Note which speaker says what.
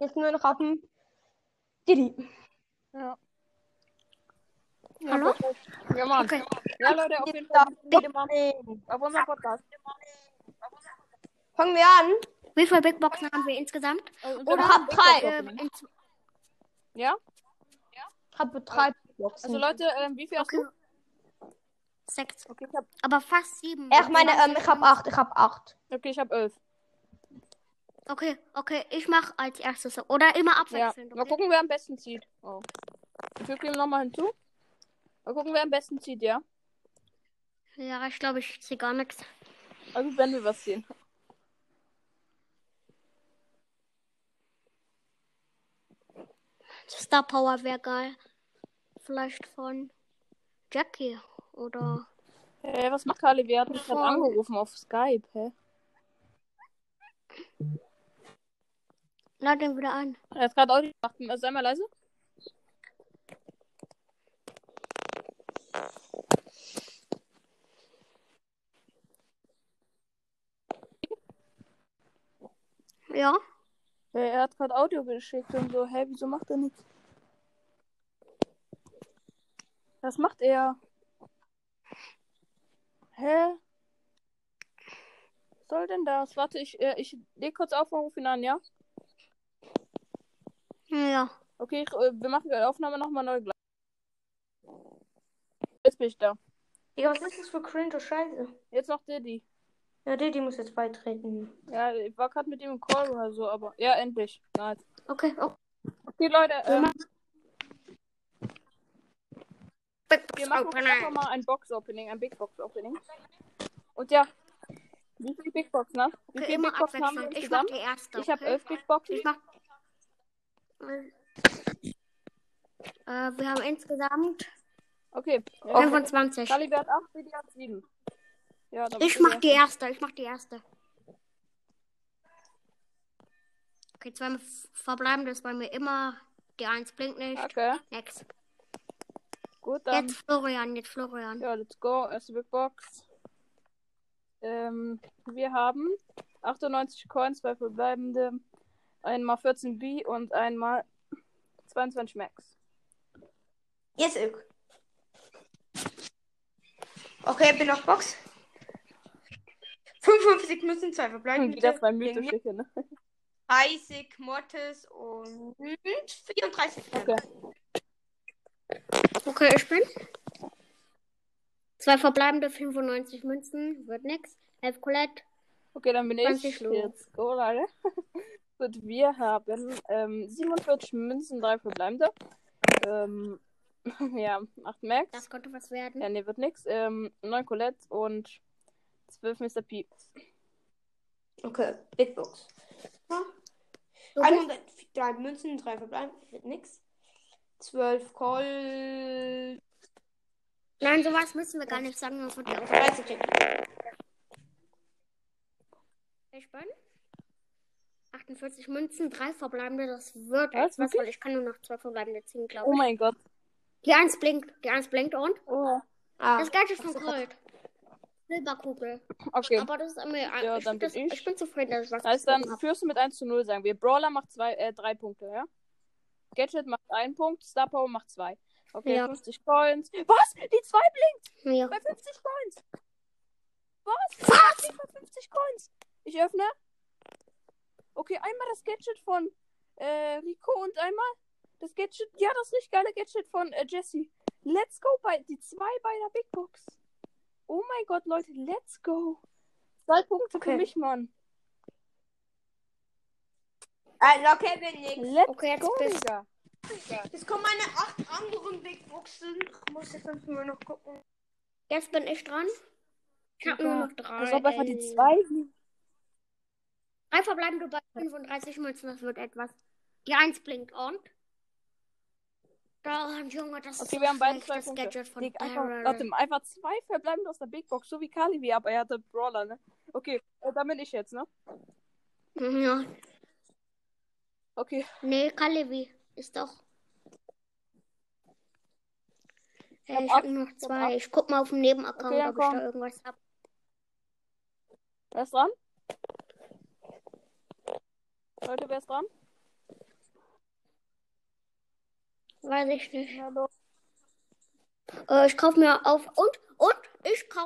Speaker 1: Jetzt nur noch auf dem Didi.
Speaker 2: Ja.
Speaker 3: Hallo?
Speaker 2: Ja, Mann.
Speaker 3: Okay.
Speaker 2: Ja, Leute, auf jeden Fall. Bitte mal auf unserem Podcast.
Speaker 1: Fangen wir an.
Speaker 3: Wie viele Big Boxen haben wir insgesamt?
Speaker 2: Also, wir
Speaker 1: Oder
Speaker 2: machen
Speaker 1: hab
Speaker 2: Big
Speaker 1: drei.
Speaker 3: Ähm,
Speaker 2: Boxen.
Speaker 3: in z-
Speaker 2: Ja?
Speaker 1: Habe drei Boxen.
Speaker 2: Also, Leute, ähm, wie viel hast
Speaker 3: okay.
Speaker 2: du?
Speaker 3: Sechs.
Speaker 2: Okay, ich hab,
Speaker 3: Aber fast sieben.
Speaker 1: ich meine, ähm, ich habe acht. Ich habe acht.
Speaker 2: okay, ich hab elf.
Speaker 3: Okay, okay, ich mache als erstes. Oder immer
Speaker 2: Ja.
Speaker 3: abwechselnd.
Speaker 2: Mal
Speaker 3: Okay?
Speaker 2: gucken, wer am besten zieht. Oh. Ich füge ihm nochmal hinzu. Mal gucken, wer am besten zieht, ja?
Speaker 3: Ja, ich glaube, ich sehe gar nichts.
Speaker 2: Also, wenn wir was ziehen.
Speaker 3: Star Power wäre geil. Vielleicht von Jackie
Speaker 2: Mhm.
Speaker 3: oder.
Speaker 2: Hä, Äh, was macht Kalle? Wir hatten dich gerade
Speaker 3: Voll.
Speaker 2: angerufen auf Skype, hä?
Speaker 3: Lade ihn wieder an.
Speaker 2: Er hat gerade auch gemacht. Sei mal leise.
Speaker 3: Ja.
Speaker 2: Äh, Er hat gerade Audio geschickt und so, hä, wieso macht er nichts? Was macht er? Hä? Was soll denn das? Warte, ich, äh, ich leg kurz auf und ruf ihn an, ja?
Speaker 3: Ja.
Speaker 2: Okay, ich, äh, wir machen die Aufnahme nochmal neu gleich. Jetzt bin ich da.
Speaker 1: Digga, was ist das für cringe Scheiße?
Speaker 2: Jetzt noch Diddy.
Speaker 1: Ja, Didi muss jetzt beitreten.
Speaker 2: Ja, ich war gerade mit ihm im Call oder so, aber. Ja, endlich. Nice.
Speaker 3: Okay, oh, okay.
Speaker 2: Okay, Leute, ähm,
Speaker 3: Big
Speaker 2: Wir
Speaker 3: Box
Speaker 2: machen jetzt einfach
Speaker 3: Opener.
Speaker 2: mal ein Box-Opening, ein Big Box-Opening. Und ja, wie viele Big Boxen hast du? Wie
Speaker 3: Okay,
Speaker 2: viele
Speaker 3: immer
Speaker 2: Big Boxen haben wir
Speaker 3: abwechselnd. Ich mach
Speaker 2: insgesamt?
Speaker 3: die erste.
Speaker 2: Ich habe
Speaker 3: okay?
Speaker 2: elf Big Boxen.
Speaker 3: Ich mach. Äh, wir haben insgesamt
Speaker 2: Okay. Ja, okay.
Speaker 3: 25.
Speaker 2: Kali, wer hat 8, Didi hat 7. Ja, dann
Speaker 3: Ich mach die erste, ich mach die erste. Okay, zwei verbleiben, das bei mir immer. Die eins blinkt nicht.
Speaker 2: Okay,
Speaker 3: Next.
Speaker 2: gut, dann.
Speaker 3: Jetzt Florian, jetzt Florian.
Speaker 2: Ja, let's go. Erste Big Box. Ähm, wir haben 98 Coins, zwei verbleibende, einmal 14 B und einmal 22 Max.
Speaker 1: Jetzt ich. Okay, bin auf Box. 55 müssen zwei verbleiben.
Speaker 2: Wieder
Speaker 1: bitte.
Speaker 2: zwei
Speaker 1: Wegen mir.
Speaker 2: mythische, ne?
Speaker 1: 30 Mortis und 34.
Speaker 2: Okay.
Speaker 3: Okay, ich bin. Zwei verbleibende 95 Münzen, wird nix. Elf Colette.
Speaker 2: Okay, dann bin ich
Speaker 3: 20 Euro.
Speaker 2: jetzt. Go, Leute. Gut, wir haben ähm, 47 Münzen, 3 verbleibende. Ähm, ja, 8
Speaker 3: Das
Speaker 2: Max.
Speaker 3: könnte was werden.
Speaker 2: Ja, nee, wird nix. Ähm, 9 Colette und 12 Mr. P.
Speaker 1: Okay, Big Box.
Speaker 3: Okay.
Speaker 1: 103 Münzen, 3 verbleiben, wird nix. 12 Call,
Speaker 3: Nein, sowas müssen wir gar nicht sagen, sonst wird die auch.
Speaker 1: 30 Jackie.
Speaker 3: Ich bin. 48 Münzen, drei verbleibende, das wird
Speaker 2: Was,
Speaker 3: was,
Speaker 2: wirklich?
Speaker 3: weil ich kann nur noch zwei verbleibende ziehen, glaube
Speaker 2: Oh
Speaker 3: ich.
Speaker 2: mein Gott.
Speaker 3: die eins blinkt, die eins blinkt und.
Speaker 2: Oh.
Speaker 1: Ah,
Speaker 3: Das Gleiche von Gold. Silberkugel.
Speaker 2: Okay,
Speaker 3: Aber das ist mir.
Speaker 2: Ja,
Speaker 3: ich,
Speaker 2: dann
Speaker 3: find
Speaker 2: bin
Speaker 3: das,
Speaker 2: ich.
Speaker 3: ich. bin zufrieden, dass ich was
Speaker 2: heißt dann
Speaker 3: gezogen hab.
Speaker 2: führst du mit 1 zu 0, sagen wir. Brawler macht 2, äh, 3 Punkte, ja? Gadget macht 1 Punkt, Star Power macht 2. Okay,
Speaker 3: Ja.
Speaker 2: 50 Coins. Was? Die 2
Speaker 3: Ja.
Speaker 2: bei 50 Coins. Was? Was? Bei 50 Coins. Ich öffne. Okay, einmal das Gadget von äh, Rico und einmal das Gadget. Ja, das richtig geile Gadget von äh, Jesse. Let's go bei die zwei bei der Big Box. Oh mein Gott, Leute, let's go. Zwei Punkte
Speaker 1: Okay.
Speaker 2: für mich, Mann.
Speaker 1: äh, okay, bin nix.
Speaker 2: Let's
Speaker 3: Okay, jetzt
Speaker 2: go,
Speaker 3: bist-
Speaker 2: Digga.
Speaker 1: Jetzt kommen meine 8 anderen Big Boxen. Ich muss jetzt einfach mal noch gucken.
Speaker 3: Jetzt bin ich dran. Ich habe nur
Speaker 2: Ja.
Speaker 3: noch drei.
Speaker 2: Das war einfach die
Speaker 3: äh,
Speaker 2: zwei.
Speaker 3: Drei verbleibende bei 35 Münzen, das wird etwas. Die eins blinkt und. Oh, Junge, das
Speaker 2: Okay,
Speaker 3: ist
Speaker 2: wir haben beide zwei
Speaker 3: das
Speaker 2: Punkte.
Speaker 3: Gadget von
Speaker 2: Digga, einfach,
Speaker 3: Daryl.
Speaker 2: warte, mal, einfach zwei verbleiben aus der Big Box, so wie Kali wie, aber er hatte Brawler, ne? Okay, äh, da bin ich jetzt, ne?
Speaker 3: Ja.
Speaker 2: Okay.
Speaker 3: Nee, Kalevi ist doch.
Speaker 2: hab
Speaker 3: Äh, ich
Speaker 2: acht,
Speaker 3: habe noch zwei. Ich guck mal auf dem Nebenaccount,
Speaker 2: Okay, dann
Speaker 3: ob ich
Speaker 2: komm.
Speaker 3: da irgendwas hab.
Speaker 2: Wer ist dran? Leute, wer ist dran?
Speaker 3: Weiß ich nicht.
Speaker 2: Na doch.
Speaker 3: Äh, ich kaufe mir auf und, und ich kaufe